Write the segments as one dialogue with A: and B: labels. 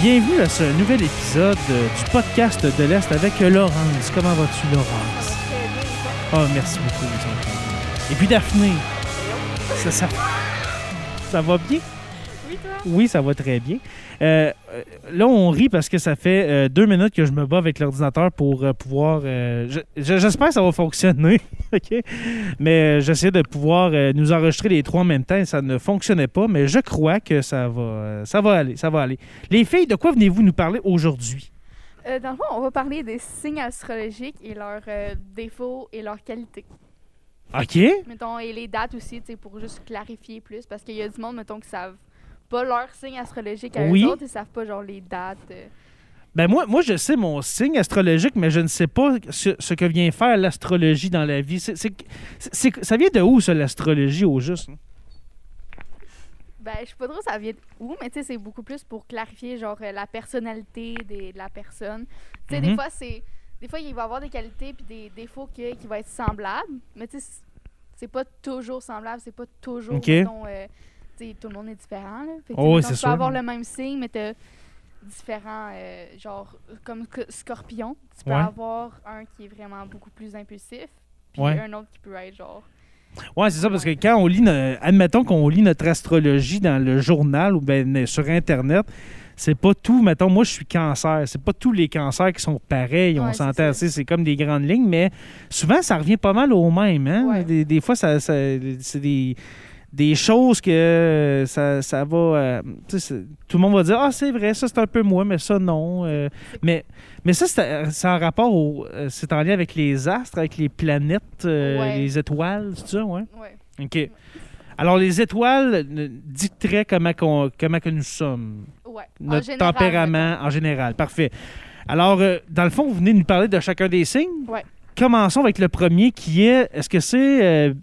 A: Bienvenue à ce nouvel épisode euh, du podcast de l'Est avec Laurence. Comment vas-tu, Laurence? Ah, merci beaucoup. mes enfants. Et puis Daphné. Ça, ça- ça va bien?
B: Oui, toi?
A: Oui, ça va très bien. Euh, euh, là, on rit parce que ça fait euh, deux minutes que je me bats avec l'ordinateur pour euh, pouvoir. euh, je- je- J'espère que ça va fonctionner. OK? Mais euh, j'essayais de pouvoir euh, nous enregistrer les trois en même temps et ça ne fonctionnait pas. Mais je crois que ça va, euh, ça va aller. Ça va aller. Les filles, de quoi venez-vous nous parler aujourd'hui?
B: Euh, dans le fond, on va parler des signes astrologiques et leurs euh, défauts et leurs qualités.
A: OK?
B: Mettons, et les dates aussi, tu sais, pour juste clarifier plus, parce qu'il y a du monde, mettons, qui savent pas leurs signes astrologiques à
A: Oui.
B: eux autres, ils savent pas, genre, les dates. euh.
A: Ben moi, moi, je sais mon signe astrologique, mais je ne sais pas ce, ce que vient faire l'astrologie dans la vie. C'est- c'est- c'est- ça vient de où, ça, l'astrologie, au juste?
B: Ben, je sais pas trop ça vient où, mais tu sais, c'est beaucoup plus pour clarifier, genre, euh, la personnalité des- de la personne. Tu sais,
A: Mhm.
B: des fois, c'est... Des fois, il va y avoir des qualités puis des défauts qui, qui vont être semblables, mais tu sais, c'est- c'est pas toujours semblable, c'est pas toujours,
A: Ok.
B: mettons, euh, tu sais, tout le monde est différent, là. Fait que, tu sais,
A: Oh oui,
B: mettons,
A: c'est
B: tu peux avoir
A: sûr.
B: le même signe, mais t'as différents, euh, genre, comme que- scorpion, tu peux
A: Ouais.
B: avoir un qui est vraiment beaucoup plus impulsif, puis
A: Ouais.
B: un autre qui peut être, genre...
A: Ouais, c'est ça, parce que quand on lit, no- admettons qu'on lit notre astrologie dans le journal ou ben, sur Internet, c'est pas tout, mettons, moi je suis cancer, c'est pas tous les cancers qui sont pareils, on
B: Ouais, c'est
A: s'entend,
B: ça.
A: c'est c'est comme des grandes lignes, mais souvent ça revient pas mal au même, hein?
B: Ouais.
A: Des, des fois, ça, ça- c'est des, des choses que euh, ça, ça va. euh, tu sais, c'est- tout le monde va dire Ah, c'est vrai, ça c'est un peu moi, mais ça non. euh, mais, mais ça, c'est c'est en rapport au. euh, C'est en lien avec les astres, avec les planètes, euh,
B: Ouais.
A: les étoiles, c'est ça, ouais?
B: Ouais.
A: OK. Alors, les étoiles euh, dicteraient comment, qu'on- comment que nous sommes,
B: Ouais. En
A: notre
B: général,
A: tempérament en général. Parfait. Alors, euh, dans le fond, vous venez nous parler de chacun des signes.
B: Ouais.
A: Commençons avec le premier qui est, est-ce que c'est euh,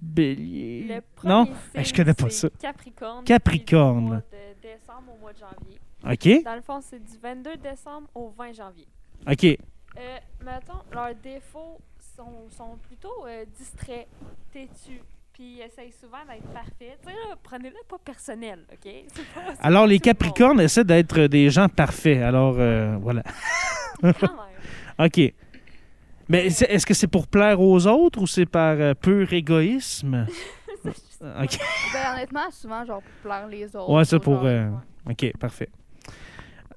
A: bélier?
C: Le premier
A: non?
C: signe,
A: Ben, je connais pas
C: c'est
A: ça.
C: Capricorne.
A: Capricorne.
C: qui est Du mois de décembre au mois de janvier.
A: OK.
C: Dans le fond, c'est du 22 décembre au 20 janvier.
A: OK.
C: Euh, mettons, leurs défauts sont, sont plutôt euh, distraits, têtus, puis ils essayent souvent d'être parfaits. Tu sais, là, prenez-le pas personnel, OK? C'est pas- c'est
A: Alors,
C: pas
A: les
C: tout le monde,
A: Capricornes essaient d'être des gens parfaits. Alors, euh, voilà.
C: quand même.
A: OK. Mais c'est- est-ce que c'est pour plaire aux autres ou c'est par euh, pur égoïsme? OK.
B: Ben, honnêtement, souvent, genre, pour plaire les autres.
A: Ouais, ça
B: ou
A: pour.
B: genre-
A: euh,
B: ouais.
A: OK, parfait.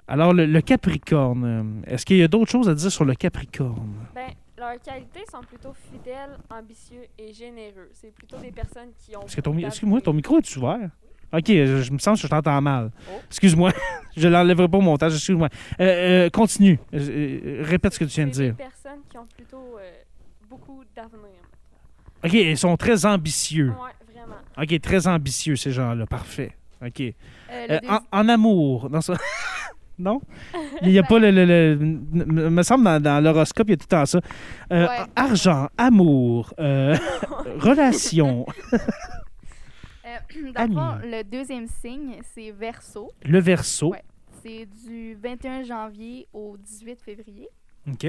A: Alors, le, le Capricorne, euh, est-ce qu'il y a d'autres choses à dire sur le Capricorne?
C: Ben, leurs qualités sont plutôt fidèles, ambitieux et généreux. C'est plutôt des personnes qui ont.
A: Est-ce que ton, mi-
C: beaucoup
A: excuse-moi, ton
C: d'habileté.
A: micro est ouvert? OK, je, je me sens que je t'entends mal.
C: Oh.
A: Excuse-moi, je l'enlèverai pas au montage, excuse-moi. Euh, euh, continue, Euh, euh, répète ce que tu viens de
C: C'est
A: dire.
C: des personnes qui ont plutôt euh, beaucoup d'avenir.
A: OK, ils sont très ambitieux.
C: Ouais, vraiment.
A: OK, très ambitieux, ces gens-là, parfait. OK.
B: Euh, le
A: Euh,
B: deuxi-
A: en, en amour, non? ça- non? Il n'y a pas le... le- le- me- me semble dans, dans l'horoscope, il y a tout le temps ça. Euh,
B: Ouais.
A: Argent, amour, euh, relation,
B: euh, dans le fond, le deuxième signe, c'est Verseau.
A: le verso.
B: Ouais. C'est du 21 janvier au 18 février.
A: OK.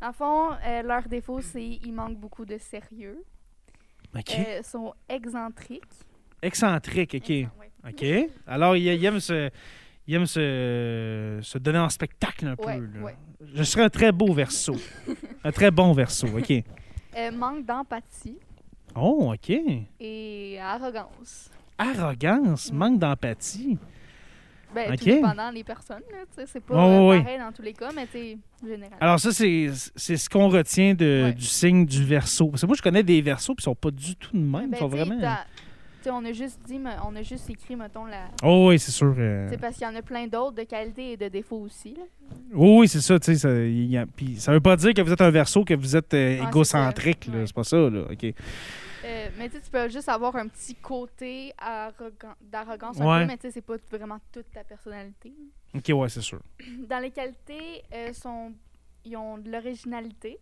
B: Dans le fond, euh, leur défaut, c'est qu'ils manquent beaucoup de sérieux.
A: OK.
B: Euh, Ils sont excentriques.
A: Excentrique, OK.
B: Excentriques, ouais.
A: OK. Alors, il, il aime se... Il aime se, se donner en spectacle un peu.
B: Ouais,
A: là.
B: ouais.
A: Je serais un très beau verso. un très bon verso, OK.
B: Euh, manque d'empathie
A: Oh, OK.
B: et arrogance.
A: Arrogance, manque d'empathie.
B: Ben,
A: Ok.
B: tout dépendant des personnes, là, tu sais, c'est pas
A: Ouais,
B: euh,
A: ouais, ouais.
B: pareil dans tous les cas, mais tu sais, général.
A: Alors ça, c'est c'est ce qu'on retient de-
B: Ouais.
A: du signe du verso. Parce que moi, je connais des versos qui sont pas du tout de même.
B: Ben,
A: ils sont
B: tu sais,
A: vraiment...
B: t'as- tu sais, on a juste dit, mais on a juste écrit, mettons, la,
A: Oh oui, c'est sûr. euh,
B: C'est parce qu'il y en a plein d'autres de qualité et de défauts aussi. là.
A: Oui, oui, c'est ça. tu sais, Ça, il y a- puis ça veut pas dire que vous êtes un verso, que vous êtes euh,
B: Ah, c'est
A: égocentrique.
B: ça.
A: là.
B: Ouais.
A: C'est pas ça. Là. OK.
B: Euh, mais tu sais, tu peux juste avoir un petit côté arrogant- d'arrogance un
A: Ouais.
B: peu, mais tu sais, c'est pas vraiment toute ta personnalité.
A: OK, ouais, c'est sûr.
B: Dans les qualités, euh, sont, ils ont de l'originalité,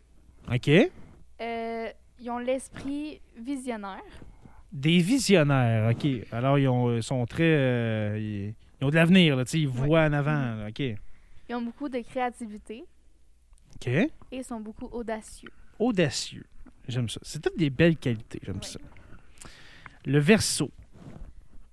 A: OK.
B: euh, ils ont l'esprit visionnaire,
A: Des visionnaires. OK. Alors, ils ont, ils sont très... euh, ils, ils ont de l'avenir. là, tu sais, Ils
B: Ouais.
A: voient en avant. là. OK.
B: ils ont beaucoup de créativité
A: OK.
B: et ils sont beaucoup audacieux.
A: Audacieux. J'aime ça. C'est toutes des belles qualités. J'aime ça. Le verso.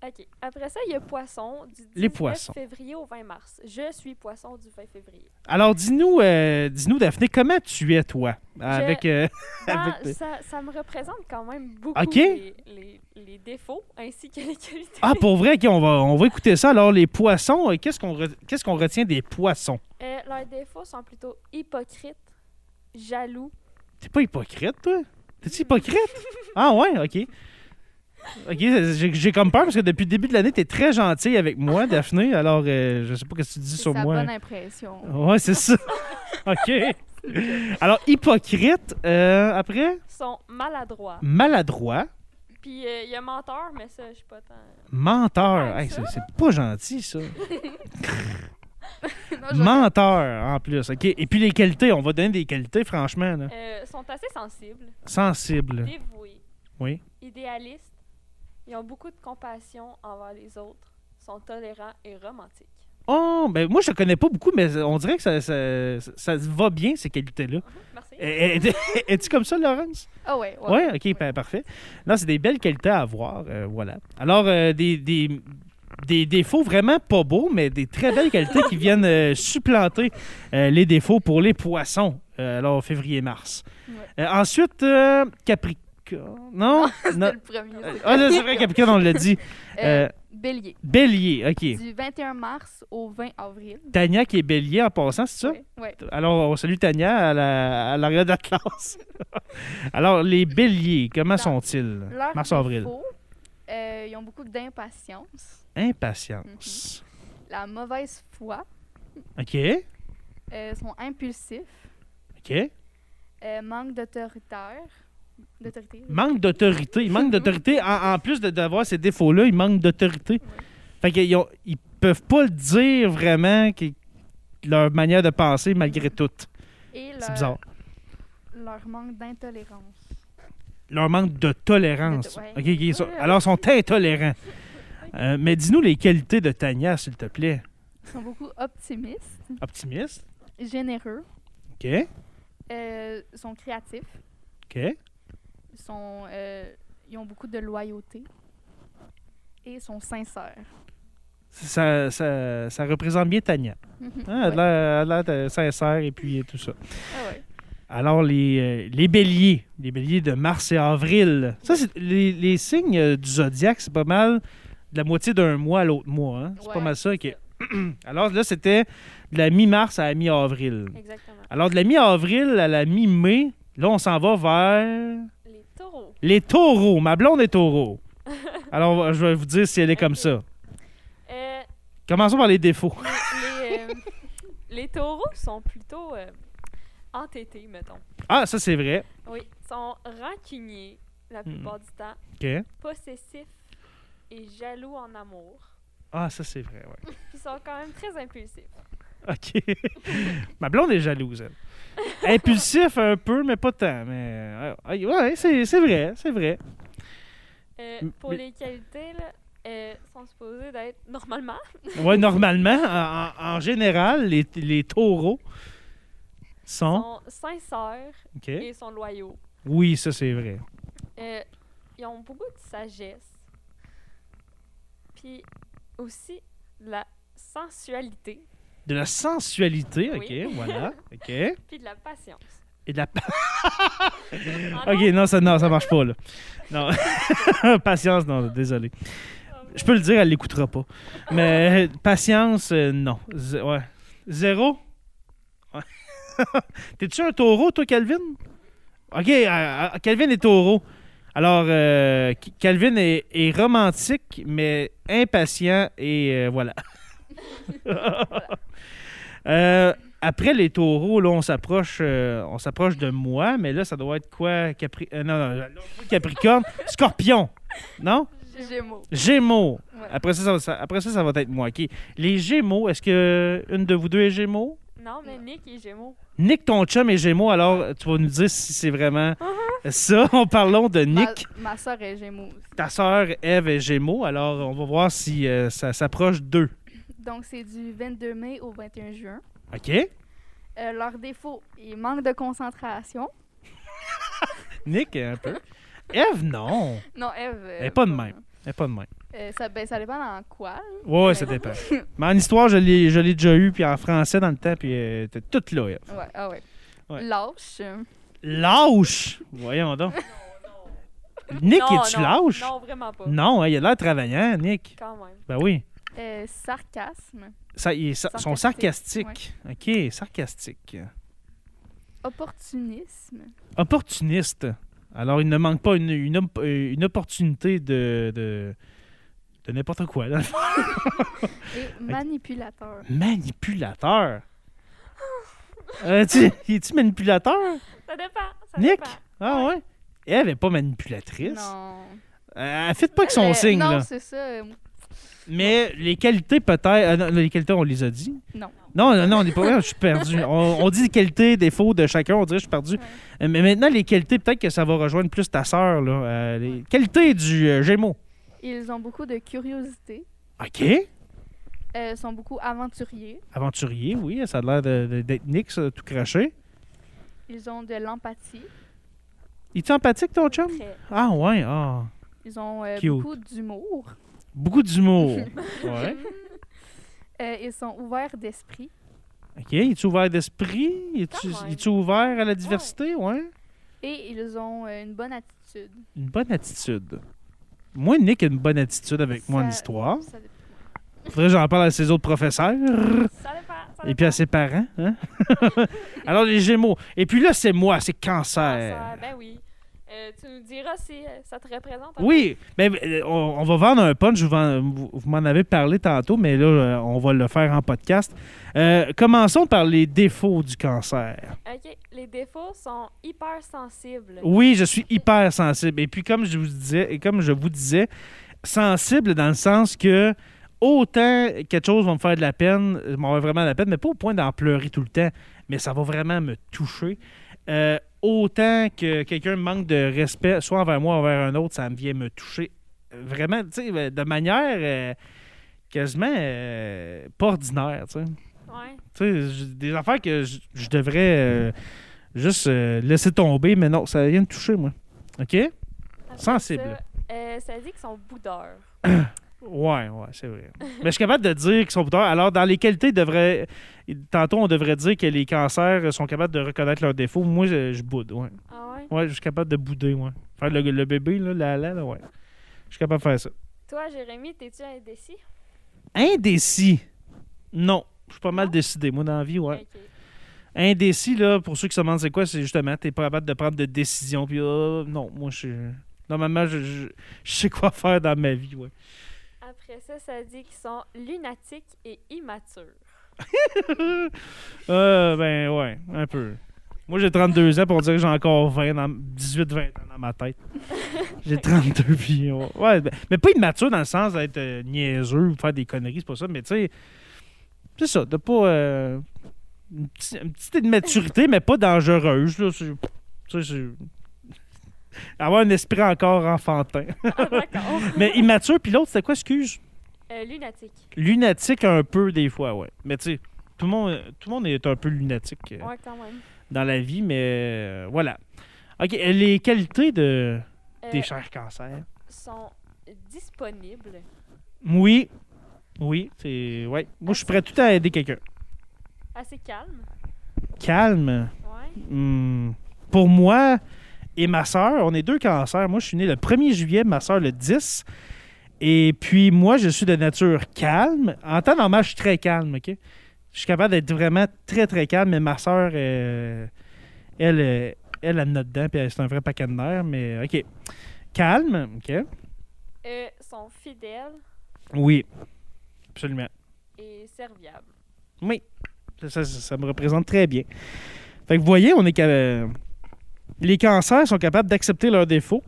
C: OK. Après ça, il y a poisson du 19
A: Les poissons.
C: février au 20 mars. Je suis poisson du 20 février.
A: Alors, dis-nous, euh, dis-nous, Daphné, comment tu es, toi? Avec. euh,
C: Dans-
A: Avec-
C: ça, ça me représente quand même beaucoup
A: OK.
C: les, les- les défauts ainsi que les qualités.
A: Ah, pour vrai, OK, on va, on va écouter ça. Alors, les poissons, euh, qu'est-ce qu'on re- qu'est-ce qu'on retient des poissons?
C: Euh, leurs défauts sont plutôt hypocrites, jaloux.
A: T'es pas hypocrite, toi? T'es-tu hypocrite? Ah, ouais, OK. OK, j'ai j'ai comme peur parce que depuis le début de l'année, t'es très gentille avec moi, Daphné. Alors, euh, je sais pas ce que tu dis
B: C'est
A: sur
B: sa
A: moi.
B: bonne impression.
A: Ouais, c'est ça. OK. Alors, hypocrite, euh, après,
C: sont maladroits.
A: maladroit,
C: Puis euh, il y a menteur, mais ça, je suis pas tant.
A: menteur. Hey, c'est- c'est pas gentil, ça.
B: Non, je-
A: Menteur, en plus. OK. Et puis les qualités, on va donner des qualités, franchement. Là.
C: Euh, sont assez sensibles,
A: Sensible.
C: dévoués,
A: Euh. Oui.
C: idéalistes. Ils ont beaucoup de compassion envers les autres, sont tolérants et romantiques.
A: Oh, ben moi, je te connais pas beaucoup, mais on dirait que ça, ça, ça se va bien, ces qualités-là.
C: Merci.
A: Eh, eh, Es-tu comme ça, Laurence?
B: Ah ouais, ouais.
A: Oui, OK, pa- parfait. Non, c'est des belles qualités à avoir. euh, voilà. Alors, euh, des, des, des défauts vraiment pas beaux, mais des très belles qualités qui viennent euh, supplanter euh, les défauts pour les poissons. euh, alors, février-mars. Euh, ensuite, euh, Capricorne. Non, non.
B: C'est le premier.
A: Euh,
B: c'est-
A: Ah, c'est vrai, Capricorne, on l'a dit.
B: Euh,
A: Euh,
B: Bélier.
A: Bélier, OK.
B: Du 21 mars au 20 avril.
A: Tania qui est bélier en passant, c'est ça?
B: Ouais, ouais.
A: Alors, on salue Tania à la- à l'arrière d'Atlas. Alors, les béliers, comment
B: Dans
A: sont-ils?
B: Leur
A: Mars-avril.
B: défaut, euh, ils ont beaucoup d'impatience,
A: Impatience.
B: la mauvaise foi, Mhm.
A: OK,
B: euh, sont impulsifs,
A: OK.
B: euh, manque d'autoritaire, d'autorité. oui.
A: Manque d'autorité. Il manque d'autorité. En, en plus de- d'avoir ces défauts-là, il manque d'autorité. Fait qu'ils ont- ils peuvent pas le dire vraiment qu'ils- leur manière de penser malgré tout.
B: Et leur,
A: C'est bizarre.
B: leur manque d'intolérance.
A: leur manque de tolérance.
B: De- ouais.
A: Ok, ok, ils sont- alors, ils sont intolérants. Euh, mais dis-nous les qualités de Tania, s'il te plaît.
B: Ils sont beaucoup optimistes,
A: Optimiste.
B: généreux,
A: OK.
B: euh, sont créatifs,
A: OK.
B: sont, euh, ils ont beaucoup de loyauté et sont sincères.
A: Ça, ça, ça représente bien Tania.
B: Mhm.
A: Hein, Elle
B: Ouais.
A: a l'air- elle a l'air de- sincère et puis tout ça.
B: Ah ouais.
A: Alors, les, euh, les béliers. Les béliers de mars et avril. Ça, c'est les, les signes euh, du zodiaque, c'est pas mal de la moitié d'un mois à l'autre mois. hein? C'est pas
B: Ouais,
A: mal ça. OK. Alors, là, c'était de la mi-mars à la mi-avril.
C: Exactement.
A: Alors, de la mi-avril à la mi-mai, là, on s'en va vers
C: Les taureaux.
A: les taureaux. Ma blonde est taureau. Alors, on va- je vais vous dire si elle est comme ça.
C: Euh,
A: Commençons par les défauts.
C: les, euh, les taureaux sont plutôt euh, entêtés, mettons.
A: Ah, ça, c'est vrai.
C: Oui, sont rancuniers la
A: Hmm.
C: plupart du temps,
A: OK.
C: possessifs et jaloux en amour.
A: Ah, ça, c'est vrai, ouais.
C: Puis sont quand même très impulsifs.
A: OK. Ma blonde est jalouse, elle. Impulsif un peu, mais pas tant. Mais, euh, ouais, c'est c'est vrai, c'est vrai.
C: Euh,
A: M-
C: pour
A: mais-
C: les qualités, là, euh, sont supposés d'être normalement
A: Ouais, normalement, en, en- en général, les, les taureaux sont...
C: sont sincères
A: Hein? OK.
C: et sont loyaux.
A: Oui, ça, c'est vrai.
C: Euh, ils ont beaucoup de sagesse. Puis aussi de la sensualité,
A: De la sensualité, OK,
C: Oui.
A: voilà. OK.
C: puis de la patience.
A: Et de la...
C: En
A: OK, non, ça, non, ça marche pas, là. Non. patience, non, désolé. Je peux le dire, elle l'écoutera pas. Mais euh, patience, euh, non. Z- ouais. Zéro? Ouais. T'es-tu un taureau, toi, Calvin? OK, euh, euh, Calvin est taureau. Alors, euh, K- Calvin est, est romantique, mais impatient, et euh, voilà. Euh, après les taureaux, là, on s'approche euh, on s'approche de moi, mais là, ça doit être quoi? Capri... euh, non, non, non, Capricorne. Scorpion! Non?
B: Gémeaux.
A: Gémeaux.
B: Ouais.
A: Après ça, ça, va- ça- après ça, ça va être moi. OK. Les Gémeaux, est-ce que une de vous deux est Gémeaux?
C: Non, mais Nick est Gémeaux.
A: Nick, ton chum est Gémeaux, alors tu vas nous dire si c'est vraiment ça. En parlons de
B: Ma,
A: Nick.
B: ma soeur est Gémeaux. aussi.
A: Ta sœur Eve est Gémeaux, alors on va voir si euh, ça s'approche d'eux.
B: Donc, c'est du 22 mai au 21 juin.
A: OK?
B: Euh, leur défaut, ils manquent de concentration.
A: Nick, un peu. Eve, non.
B: Non, Eve.
A: Elle est pas de même. Elle est pas de même.
B: Euh, ça, ben, ça dépend dans quoi. là.
A: Ouais, ça dépend. Mais en histoire, je l'ai je l'ai déjà eu, puis en français dans le temps, puis euh, t'es toute là. elle.
B: Ouais, ah ouais.
A: Ouais.
B: Lâche. euh,
A: Lâche! Voyons donc. Nick,
C: Non,
A: es-tu
C: non,
A: lâche?
C: Non, vraiment pas.
A: Non, hein, il a l'air travaillant, Nick.
C: Quand même.
A: Ben oui.
B: euh, sarcasme.
A: Ça, ils sa- sont sarcastiques. OK, sarcastiques.
B: Opportunisme.
A: Opportuniste. Alors, il ne manque pas une, une, op- euh, une opportunité de, de, de n'importe quoi. là.
B: Et manipulateur.
A: Manipulateur. Euh, tu, es-tu manipulateur?
C: Ça dépend. Ça
A: Nick?
C: dépend.
A: Ah ouais? Elle n'est pas manipulatrice.
B: Non.
A: Euh, Elle fit pas avec son
B: Euh,
A: signe,
B: Non,
A: là.
B: c'est ça. euh,
A: Mais les qualités, peut-être. ah non, les qualités, on les a dit.
B: Non.
A: Non, non, non, on n'est pas. ah, Je suis perdu. On, on dit les qualités, défauts de chacun. On dirait que je suis perdu. Euh, Mais maintenant, les qualités, peut-être que ça va rejoindre plus ta sœur. Là. Euh, les qualités du euh, Gémeaux.
B: Ils ont beaucoup de curiosité.
A: OK.
B: Euh, sont beaucoup aventuriers.
A: Aventurier, oui. Ça a l'air de- de- d'être Nick, ça, tout craché.
B: Ils ont de l'empathie.
A: Es-tu empathique, ton chum?
C: Très.
A: Ah, ouais. Ah.
B: Ils ont euh,
A: Cute.
B: beaucoup d'humour.
A: Beaucoup d'humour. ouais.
B: Euh, ils sont ouverts d'esprit.
A: OK. Es-tu ouvert d'esprit? Es-tu
C: Quand même.
A: es-tu ouvert à la diversité? ouais.
B: Et ils ont euh, une bonne attitude.
A: Une bonne attitude. Moi, Nick a une bonne attitude avec moi en
B: Ça-
A: histoire.
B: ça dépend.
A: Faudrait que j'en parle à ses autres professeurs
C: Ça dépend. Ça
A: et puis à ses parents. hein? Alors, les Gémeaux. Et puis là, c'est moi, c'est
C: dépend.
A: Cancer.
C: Ben oui. Euh, tu nous diras si euh, ça te représente. un
A: Oui, mais euh, on, on va vendre un punch. Vous, en- vous- vous m'en avez parlé tantôt, mais là, euh, on va le faire en podcast. Euh, commençons par les défauts du cancer.
C: peu. OK. Les défauts sont hyper sensibles.
A: Oui, je suis hyper sensible. Et puis, comme je vous disais, et comme je vous disais, sensible dans le sens que autant quelque chose va me faire de la peine, euh, m'en va vraiment de la peine, mais pas au point d'en pleurer tout le temps, mais ça va vraiment me toucher. Euh, autant que quelqu'un me manque de respect, soit envers moi, envers un autre, ça me vient me toucher euh, vraiment, tu sais, euh, de manière euh, quasiment euh, pas ordinaire, tu sais.
C: Ouais.
A: Tu sais, j- des affaires que j- je devrais euh, juste euh, laisser tomber, mais non, ça vient me toucher, moi. OK?
C: Après
A: Sensible.
C: Ça, euh, ça dit qu'ils sont boudeurs.
A: Ouais, ouais, c'est vrai. Mais je suis capable de dire qu'ils sont bouteurs. Alors, dans les qualités, devrait... tantôt, on devrait dire que les cancers sont capables de reconnaître leurs défauts. Moi, je, je boude, ouais.
C: Ah ouais?
A: Ouais, je suis capable de bouder, ouais. Faire le, le bébé, là, la la, là, ouais. Je suis capable de faire ça.
C: Toi, Jérémy, t'es-tu indécis?
A: Indécis. Non. Je suis pas mal
C: Non?
A: décidé, moi, dans la vie, ouais.
C: OK.
A: Indécis, là, pour ceux qui se demandent c'est quoi, c'est justement, t'es pas capable de prendre de décision. Puis, ah, non, moi, je suis. Normalement, je, je- je sais quoi faire dans ma vie, ouais.
C: Après ça, ça dit qu'ils sont lunatiques et immatures.
A: Euh, ben ouais, un peu. Moi j'ai 32 ans pour dire que j'ai encore 20 dans- 18 20 ans dans ma tête. J'ai 32 puis ouais, ouais, ben- mais pas immature dans le sens d'être euh, niaiseux ou faire des conneries, c'est pas ça, mais tu sais c'est ça, de pas euh, une, petite- une petite immaturité mais pas dangereuse là, c'est- tu sais c'est- avoir un esprit encore enfantin.
C: Ah, d'accord.
A: mais immature puis l'autre c'était quoi excuse
C: Euh, lunatique.
A: Lunatique un peu des fois, ouais. Mais tu sais tout le monde tout le monde est un peu lunatique. euh,
C: Ouais, quand même.
A: dans la vie, mais euh, voilà. OK, euh, les qualités de,
C: Euh,
A: des chers cancers.
C: sont disponibles.
A: Oui. Oui, c'est. Ouais. Moi, je suis prêt tout à aider quelqu'un.
C: Assez calmes.
A: Calme.
C: Ouais.
A: hmm, Pour moi et ma soeur, on est deux cancers. Moi, je suis né le 1er juillet, ma soeur le 10. Et puis, moi, je suis de nature calme. En temps normal, je suis très calme, OK? Je suis capable d'être vraiment très, très calme, mais ma soeur, elle, euh, elle, elle en a dedans, puis elle- c'est un vrai paquet de nerfs, mais OK. Calme, OK?
C: Euh, sont fidèles
A: Oui, absolument.
C: et serviables.
A: Oui, ça, ça- ça- ça me représente très bien. Fait que vous voyez, on est ca- les cancers sont capables d'accepter leurs défauts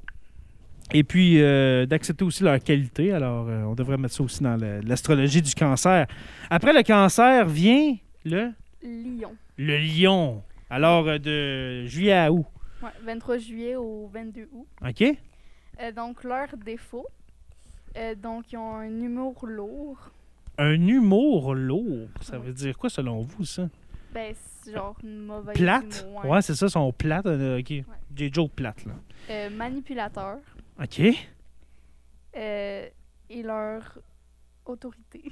A: et puis euh, d'accepter aussi leurs qualités. Alors, euh, on devrait mettre ça aussi dans le- l'astrologie du cancer. Après le cancer vient le,
B: Lion.
A: le lion. Alors, euh, de juillet à août.
B: Ouais, 23 juillet au 22 août.
A: OK?
B: Euh, donc, leurs défauts. Euh, donc, ils ont un humour lourd.
A: Un humour lourd. Ça veut dire quoi selon vous, ça?
B: Ben, c'est genre une mauvaise
A: Plate?
B: humour, ouais.
A: Ouais, c'est ça, sont plates. euh, OK. Des jokes plates, là.
B: Euh, manipulateur.
A: OK.
B: Euh, et leur autorité.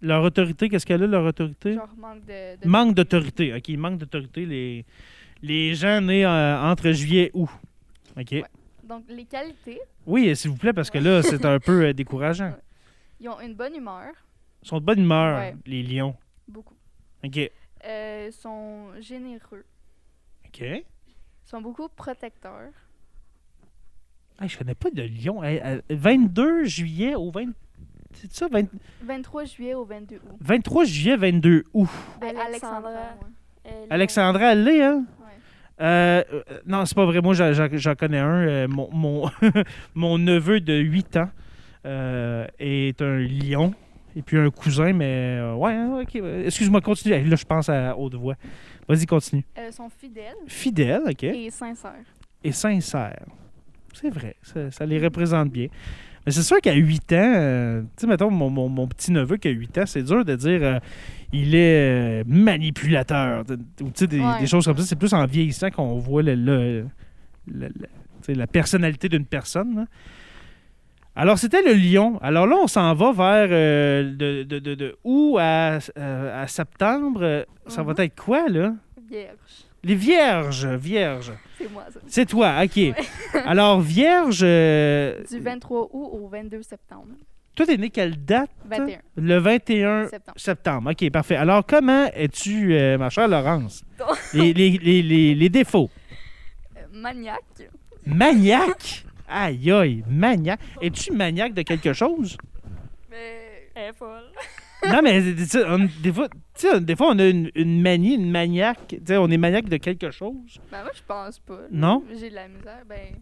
A: Leur autorité, qu'est-ce qu'elle a, leur autorité?
B: Genre manque de. de-
A: Manque d'autorité. OK, manque d'autorité, les, les gens nés euh, entre juillet et août. OK.
B: Ouais. Donc, les qualités,
A: Oui, euh, s'il vous plaît, parce que là, c'est un peu euh, décourageant.
B: ils ont une bonne humeur,
A: Ils sont de bonne humeur,
B: Ouais.
A: les lions.
B: beaucoup.
A: OK.
B: Euh, ils sont généreux,
A: OK.
B: ils sont beaucoup protecteurs.
A: Ah, je connais pas de lion. Hey, euh, 22 juillet au 20... C'est ça, 20
B: 23 juillet au 22 août.
A: 23 juillet, 22 août.
B: Ben,
C: Alexandra.
B: ouais.
C: Euh,
A: Alexandra, elle l'est, hein?
B: Ouais.
A: Euh, euh, non, c'est pas vrai. Moi, j'en- j'en j'en connais un. Euh, mon, mon, mon neveu de 8 ans euh, est un lion. Et puis un cousin, mais euh, ouais, hein, ok. ouais. Excuse-moi, continue. Hey, Là, je pense à haute voix. Vas-y, continue.
B: Euh, ils sont fidèles
A: Fidèle, ok. Et,
B: et sincères.
A: sincère. C'est vrai. Ça, ça les représente bien. Mais c'est sûr qu'à 8 ans, euh, tu sais, mettons, mon, mon, mon petit neveu qui a 8 ans, c'est dur de dire euh, il est euh, manipulateur. Tu sais, Ou tu sais, des,
B: Ouais.
A: des choses comme ça. C'est plus en vieillissant qu'on voit le, le- le- le- tu sais, la personnalité d'une personne. là. Alors, c'était le lion. Alors là, on s'en va vers euh, de, de, de, de août à, euh, à septembre. euh, Ça
B: Mhm.
A: va être quoi, là?
B: Vierge.
A: Les vierges, vierges.
B: C'est moi, ça.
A: C'est toi, OK. Alors, vierge, euh,
B: Du 23 août au 22 septembre.
A: toi, t'es né quelle date?
B: 21
A: Le 21
B: septembre.
A: septembre. OK, parfait. Alors, comment es-tu, euh, ma chère Laurence? Les, les- les- les- les défauts.
B: Euh, maniaque.
A: Maniaque? Aïe, aïe, maniaque. Es-tu maniaque de quelque chose?
B: Mais.
C: Elle est folle.
A: Non, mais tu sais, on- des, fois, tu sais, des fois, on a une, une manie, une maniaque. Tu sais, on est maniaque de quelque chose.
B: Ben, moi, je pense pas. là.
A: Non?
B: J'ai de la misère. Ben.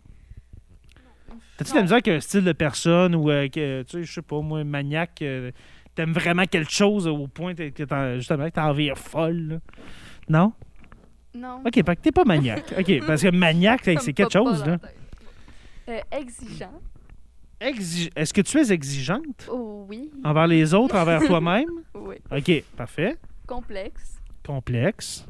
A: T'as-tu de la misère avec un style de personne ou, euh, que, tu sais, je sais pas, moi, maniaque, euh, t'aimes vraiment quelque chose au point que t'es- t'en- justement que t'en vires folle, là? Non?
B: Non.
A: OK, fait que t'es pas maniaque. OK, parce que maniaque, c'est
B: ça
A: c'est
B: me
A: quelque
B: pop pas
A: chose,
B: dans
A: là. Hmm.
B: la tête. Euh, exigeant.
A: Exi- Est-ce que tu es exigeante
B: Oh, oui.
A: envers les autres, envers toi-même?
B: Oui.
A: OK, parfait.
B: Complexe.
A: Complexe.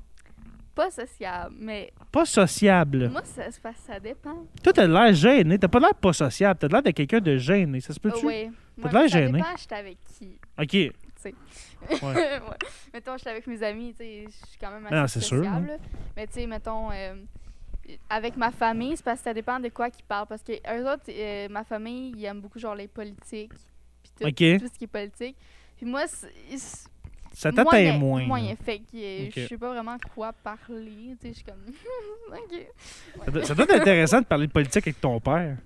B: Pas sociable. Mais
A: Pas sociable.
B: moi, ça, ça, ça dépend.
A: Toi, t'as l'air gêné. T'as pas l'air pas sociable. T'as l'air de quelqu'un de gêné. Ça se peut-tu?
B: Oui. Ah Moi,
A: de l'air
B: ça
A: gêné.
B: dépend, j'étais avec qui.
A: OK.
B: ouais. Mettons, j'étais avec mes amis, tu sais, je suis quand même
A: Ah,
B: assez
A: c'est sûr,
B: sociable. là. Mais tu sais, mettons, euh, avec ma famille, c'est parce que ça dépend de quoi qu'ils parlent. Parce que eux autres, euh, ma famille, ils aiment beaucoup genre les politiques, puis tout,
A: Ok.
B: tout ce qui est politique. Puis moi, c'est- c'est
A: Ça t'atteint
B: moyen.
A: moins.
B: moyen. Fait que euh,
A: Ok.
B: je sais pas vraiment quoi parler, tu sais, je suis comme... ok.
A: Ça doit- Ça doit être intéressant de parler de politique avec ton père.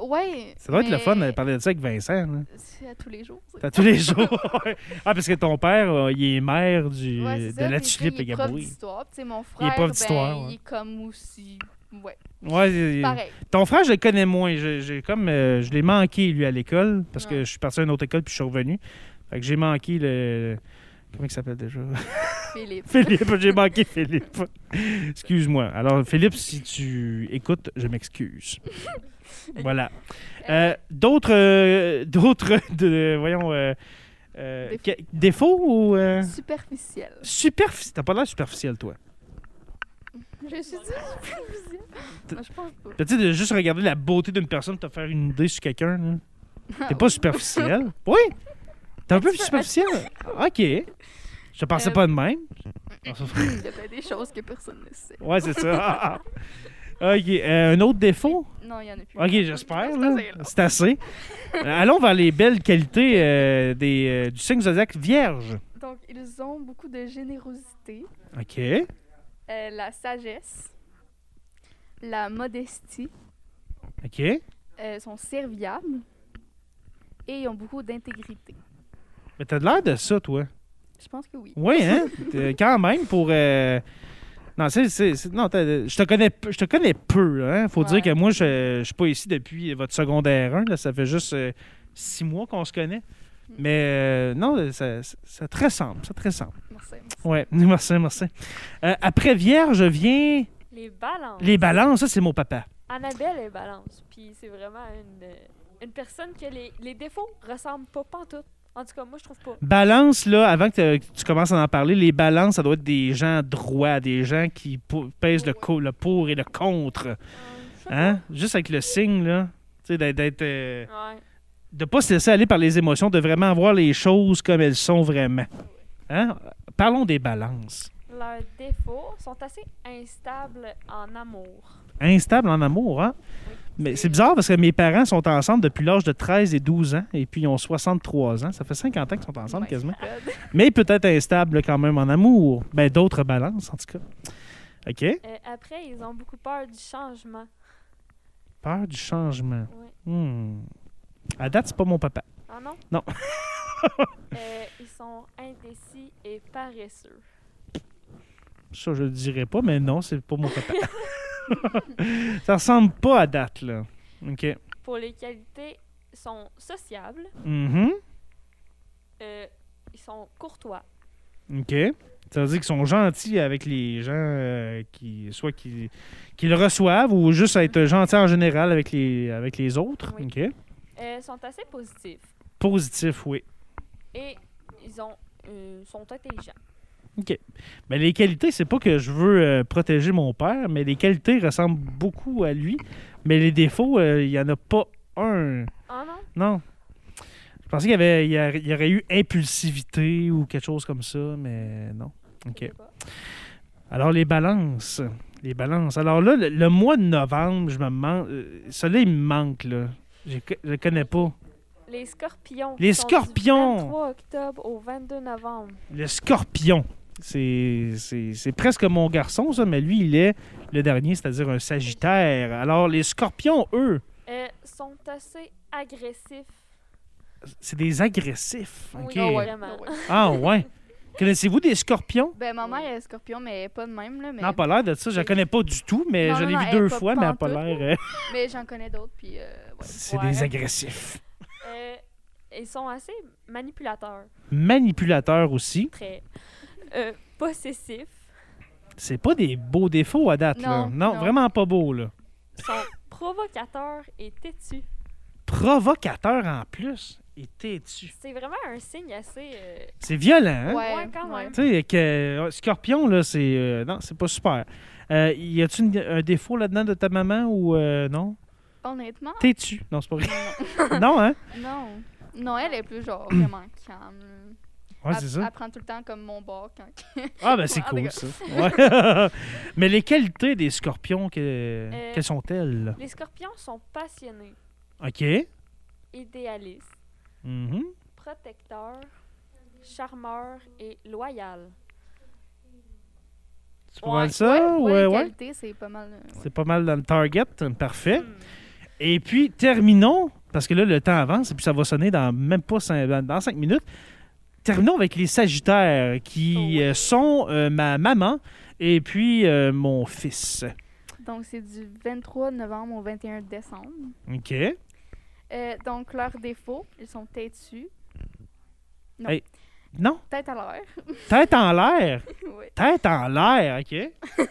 B: Ouais.
A: Ça doit être le fun de
B: mais
A: parler de ça avec Vincent. là.
B: C'est à tous les jours. tu sais.
A: T'as tous les jours. ah, parce que ton père, euh, il est maire du,
B: Ouais, c'est
A: de
B: ça.
A: la
B: Puis, tu sais,
A: tulipe et
B: Il est prof
A: Gabouille.
B: d'histoire. Puis, tu sais, mon frère,
A: prof d'histoire,
B: ben,
A: ouais.
B: il est comme aussi... Ouais,
A: Ouais, il- il-
B: pareil.
A: Ton frère, je le connais moins. Je, j'ai comme, euh, je l'ai manqué, lui, à l'école, parce que
B: Ouais.
A: je suis parti à une autre école puis je suis revenu. Fait que j'ai manqué le. Comment il s'appelle déjà
B: Philippe.
A: Philippe. J'ai manqué Philippe. Excuse-moi. Alors, Philippe, si tu écoutes, je m'excuse. voilà. Euh, d'autres. euh, d'autres. De, voyons. euh, euh,
B: Défauts.
A: que- défauts ou. Euh,
B: Superficiel.
A: superfici- T'as pas l'air superficiel, toi.
B: Je suis dit superficiel. Non, je pense pas.
A: Tu sais, de juste regarder la beauté d'une personne, te faire une idée sur quelqu'un, là. T'es pas superficiel. Oui. T'es un peu superficiel. OK. Je pensais
B: Euh,
A: pas de même.
B: Il y a bien des choses que personne ne sait.
A: Ouais, c'est ça. OK. euh, un autre défaut?
B: Non, il y en a plus.
A: OK, j'espère.
B: C'est
A: là.
B: assez long.
A: C'est assez. Euh, Allons vers les belles qualités euh, des, euh, du signe zodiac vierge.
B: Donc, ils ont beaucoup de générosité,
A: OK.
B: euh, la sagesse, la modestie,
A: OK.
B: euh, sont serviables et ils ont beaucoup d'intégrité.
A: Mais t'as de l'air de ça, toi.
B: Je pense que oui.
A: Oui, hein? T'es- quand même, pour... euh, Non, c'est, c'est- c'est- non, t'as- euh, je te connais, peu- je te connais peu. Hein? Faut dire
B: Ouais.
A: que moi, je, je suis pas ici depuis votre secondaire 1. Là, ça fait juste euh, six mois qu'on se connaît. Mais euh, non, ça, ça, ça te ressemble, ça te ressemble.
B: Merci.
A: Ouais, merci, merci. Euh, après Vierge vient
C: Les balances.
A: les balances. Ça, c'est mon papa.
C: Annabelle est balance. Puis c'est vraiment une, euh, une personne que les, les défauts ressemblent pas pantoute. En tout cas, moi, je trouve pas.
A: Balance, là, avant que t'e- que tu commences à en parler, les balances, ça doit être des gens droits, des gens qui pou- pèsent le, co- le pour et le contre.
C: Euh, je sais
A: Hein? Juste avec le signe, là. Tu sais, d'être- d'être. euh,
C: pas. Ouais.
A: de pas se laisser aller par les émotions, de vraiment voir les choses comme elles sont vraiment. Hein? Parlons des balances.
C: Leurs défauts sont assez instables en amour.
A: Instable en amour, hein? Mais c'est bizarre parce que mes parents sont ensemble depuis l'âge de 13 et 12 ans et puis ils ont 63 ans. Ça fait 50 ans qu'ils sont ensemble
B: Ouais.
A: quasiment.
C: Good.
A: Mais peut-être instable quand même en amour. Ben d'autres balances en tout cas. OK?
C: Euh, après, ils ont beaucoup peur du changement.
A: Peur du changement.
C: Ouais.
A: Hmm. À date, c'est pas mon papa.
C: Ah non?
A: Non.
C: Euh, ils sont indécis et paresseux.
A: Ça, je le dirais pas, mais non, c'est pas mon papa. ça ressemble pas à date, là. OK.
C: Pour les qualités, ils sont sociables,
A: Mhm.
C: euh, ils sont courtois.
A: OK. Ça veut dire qu'ils sont gentils avec les gens euh, qui soit qui, qui le reçoivent ou juste à être gentils en général avec les avec les autres.
C: Oui.
A: OK.
C: Euh, ils sont assez positifs
A: Positif, oui.
C: et ils ont, euh, sont intelligents.
A: Mais les qualités, c'est pas que je veux euh, protéger mon père, mais les qualités ressemblent beaucoup à lui. Mais les défauts, euh, il y en a pas un.
C: Ah non?
A: Non. Je pensais qu'il y avait il y a- il y aurait eu impulsivité ou quelque chose comme ça, mais non.
C: Je
A: OK.
C: sais pas.
A: Alors, les balances. Les balances. Alors là, le, le mois de novembre, je me demande. euh, Celui-là, il me manque, là. Je ne connais pas.
C: Les scorpions.
A: Les
C: qui sont
A: scorpions!
C: Du 23 octobre au 22 novembre.
A: Le scorpion. C'est c'est- c'est presque mon garçon, ça, mais lui, il est le dernier, c'est-à-dire un sagittaire. Alors, les scorpions, eux,
C: Euh, sont assez agressifs.
A: c'est des agressifs.
C: Oui,
A: OK.
C: ah ouais. Vraiment.
B: Ouais.
A: Ah, ouais. Connaissez-vous des scorpions?
B: Ben, ma mère est scorpion, mais elle est pas de même, là. Mais,
A: Non, pas l'air de ça. Je la connais pas du tout, mais
B: Non,
A: je
B: non,
A: l'ai
B: non,
A: vu
B: elle
A: deux
B: est pas
A: fois, mais elle a pas
B: pantoute,
A: l'air. euh,
B: mais j'en connais d'autres, puis. euh, ouais.
A: C'est
C: Ouais.
A: des agressifs.
C: Euh, ils sont assez manipulateurs,
A: Manipulateurs aussi.
C: très euh, possessifs,
A: C'est pas des beaux défauts à date, là.
B: Non,
A: Non,
B: non.
A: vraiment pas beau, là.
C: sont provocateurs et têtus.
A: Provocateur en plus et têtu.
C: C'est vraiment un signe assez. euh,
A: C'est violent, hein?
B: Ouais,
C: Ouais, quand
B: ouais.
C: même.
A: Tu sais, que euh, Scorpion, là, c'est. euh, non, c'est pas super. Euh, y a-tu une- un défaut là-dedans de ta maman ou euh, non?
B: Honnêtement,
A: Têtu. Non, c'est pas vrai. non, hein?
B: non. Non, elle est plus genre vraiment calme.
A: Ouais,
B: Elle-
A: c'est ça.
B: Elle prend tout le temps comme mon bord quand.
A: Ah, ben c'est
B: Ah, d'accord.
A: cool, ça. Ouais. Mais les qualités des scorpions, que-
C: Euh.
A: quelles sont-elles?
C: Les scorpions sont passionnés,
A: OK.
C: idéalistes,
A: Mhm.
C: protecteurs, charmeurs et loyaux.
A: C'est pas mal
C: Ouais,
A: ça?
B: les
A: Ouais, ouais.
B: qualités, c'est pas mal. euh, ouais.
A: C'est pas mal dans le target. Parfait.
C: Hmm.
A: Et puis, terminons, parce que là, le temps avance, et puis ça va sonner dans même pas cinq, dans- dans cinq minutes. Terminons avec les Sagittaires, qui
C: Oh.
A: euh, sont euh, ma maman et puis euh, mon fils.
B: Donc, c'est du 23 novembre au 21 décembre.
A: OK.
B: Euh, donc, leurs défauts, ils sont têtus,
A: Non,
B: tête à l'heure.
A: tête en l'air.
B: oui.
A: Tête en l'air, OK.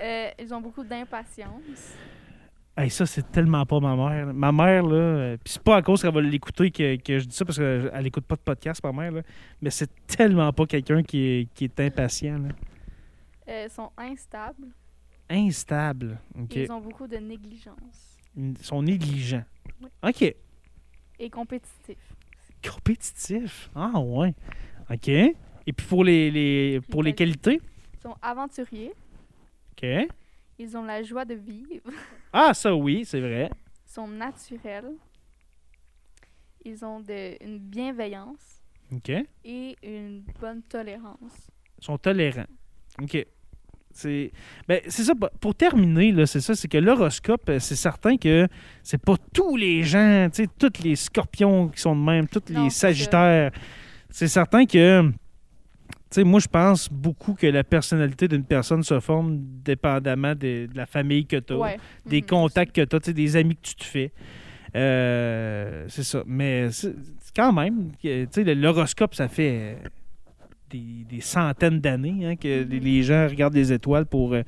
B: Euh, ils ont beaucoup d'impatience.
A: Hey, ça, c'est tellement pas ma mère. là. Ma mère, là, euh, puis c'est pas à cause qu'elle va l'écouter que, que je dis ça, parce qu'elle écoute pas de podcast, ma mère, là. mais c'est tellement pas quelqu'un qui est, qui est impatient. là.
B: Euh, ils sont instables.
A: Instable. OK.
B: et Ils ont beaucoup de négligence
A: Ils sont négligents.
B: Oui.
A: OK.
B: et compétitifs.
A: Compétitif. Ah ouais. OK. Et puis pour les, les- pour les
B: Les
A: qualités.
B: Ils sont aventuriers.
A: OK.
B: Ils ont la joie de vivre.
A: Ah ça oui, c'est vrai.
B: Ils sont naturels. Ils ont de, une bienveillance
A: OK. Ils
B: et une bonne tolérance.
A: sont tolérants. OK. C'est ben, c'est ça pour- pour terminer là, c'est ça c'est que l'horoscope euh, c'est certain que c'est pas tous les gens, tu sais tous les scorpions qui sont de même, tous
B: Non,
A: les
B: c'est ça.
A: sagittaires. C'est certain que tu sais moi je pense beaucoup que la personnalité d'une personne se forme dépendamment de, de la famille que tu as.
B: Ouais.
A: des
B: Mhm.
A: contacts que tu as, des amis que tu te fais. Euh, c'est ça. Mais c'est- c'est quand même, que, tu sais, le- l'horoscope, ça fait euh, des, des centaines d'années hein, que
B: Mhm.
A: les- les gens regardent les étoiles pour euh,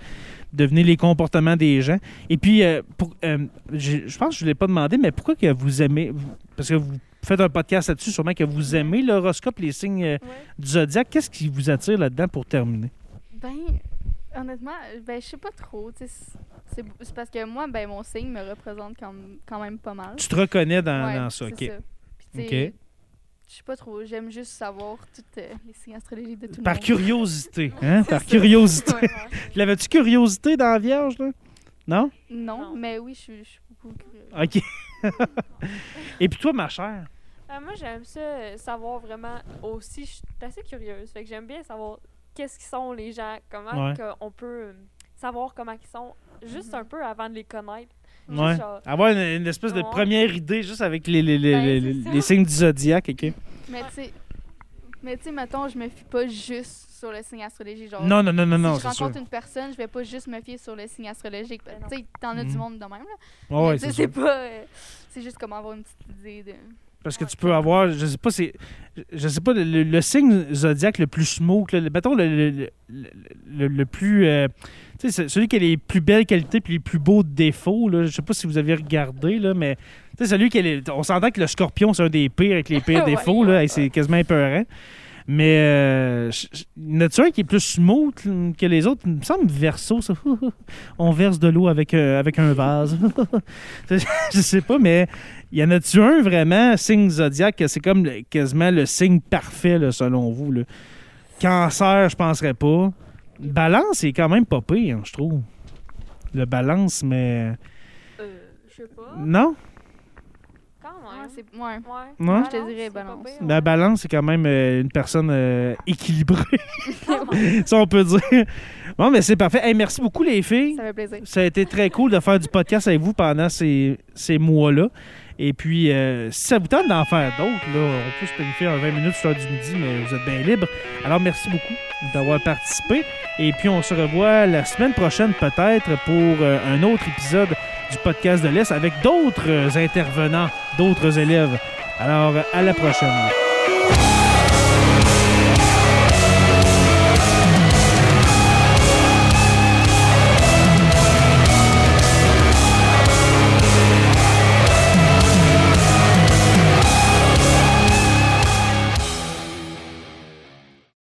A: devenir les comportements des gens. Et puis, euh, pour, euh, j'ai- je pense que je ne l'ai pas demandé, mais pourquoi que vous aimez, vous- parce que vous faites un podcast là-dessus, sûrement que vous aimez l'horoscope, les signes euh,
C: Ouais.
A: du zodiaque. Qu'est-ce qui vous attire là-dedans pour terminer?
B: Ben, honnêtement, ben, je sais pas trop. tu sais, C'est c'est parce que moi, ben, mon signe me représente quand, quand même pas mal.
A: Tu te reconnais dans,
B: Ouais,
A: dans ça,
B: c'est
A: OK.
B: ça. tu sais, Je sais pas trop, j'aime juste savoir toutes euh, les signes astrologiques de tout
A: Par
B: le monde.
A: curiosité. Hein?
B: C'est
A: Par
B: ça.
A: curiosité.
B: Ouais.
A: L'avais-tu curiosité dans la Vierge, là? Non?
B: Non,
C: Non.
B: mais oui, je suis- je suis beaucoup curieuse.
A: OK. Et puis toi, ma chère,
C: Euh, moi, j'aime ça euh, savoir vraiment aussi. Je suis assez curieuse. Fait que j'aime bien savoir qu'est-ce qu'ils sont les gens, comment
A: Ouais.
C: on peut euh, savoir comment ils sont, juste
B: Mhm.
C: un peu avant de les connaître. Juste
A: Ouais.
C: genre,
A: avoir une, une espèce de
C: Ouais.
A: première idée juste avec les, les, les-
C: Ben,
A: les-
C: c'est ça.
A: les signes du zodiaque, OK?
B: Mais tu sais, mais tu sais, mettons, je me fie pas juste sur le signe astrologique. Genre,
A: Non, non, non, non, non,
B: si je
A: c'est sûr.
B: rencontre une personne, je vais pas juste me fier sur le signe astrologique.
C: Ben non.
B: Tu sais, t'en as du
A: Mhm.
B: monde de même. Là.
A: Ah Ouais,
B: Mais
A: ouais,
B: tu sais,
A: c'est
B: c'est
A: sûr.
B: pas. euh, c'est juste comme avoir une petite idée de.
A: Parce que
C: Ouais.
A: tu peux avoir, je sais pas, c'est, je sais pas, le, le- le signe zodiaque le plus smooth, là, le, mettons, le, le, le- le- le plus, euh, tu sais, c'est celui qui a les plus belles qualités puis les plus beaux défauts, là, je sais pas si vous avez regardé, là, mais tu sais, celui qui a les- on s'entend que le scorpion, c'est un des pires avec les pires
C: Ouais.
A: défauts, là, et c'est quasiment épeurant. Mais, euh, je- je- y en a-tu un qui est plus smooth hum, que les autres? Il me semble verso, ça. On verse de l'eau avec, euh, avec un vase. je sais pas, mais y en a-tu un vraiment, signe zodiaque, que c'est comme le- quasiment le signe parfait, là, selon vous? là? Cancer, je penserais pas. Balance est quand même pas pire, je trouve. Le balance, mais.
C: euh, je sais pas.
A: Non?
C: Quand
B: Ah,
C: même.
B: c'est. Ouais.
C: Ouais.
A: Non?
B: Je te dirais
C: c'est pas
B: balance.
C: pire,
A: La
C: ouais.
A: balance est quand même euh, une personne euh, équilibrée,
C: Ah, ouais.
A: si on peut dire. Bon, mais c'est parfait. Hey, merci beaucoup, les filles.
B: Ça fait plaisir.
A: Ça a été très cool de faire du podcast avec vous pendant ces, ces mois-là. Et puis, euh, si ça vous tente d'en faire d'autres, là, on peut se planifier un 20 minutes sur l'heure du midi, mais vous êtes bien libre. Alors, merci beaucoup d'avoir participé. Et puis, on se revoit la semaine prochaine, peut-être, pour euh, un autre épisode du podcast de l'Est avec d'autres euh, intervenants, d'autres élèves. Alors, à la prochaine.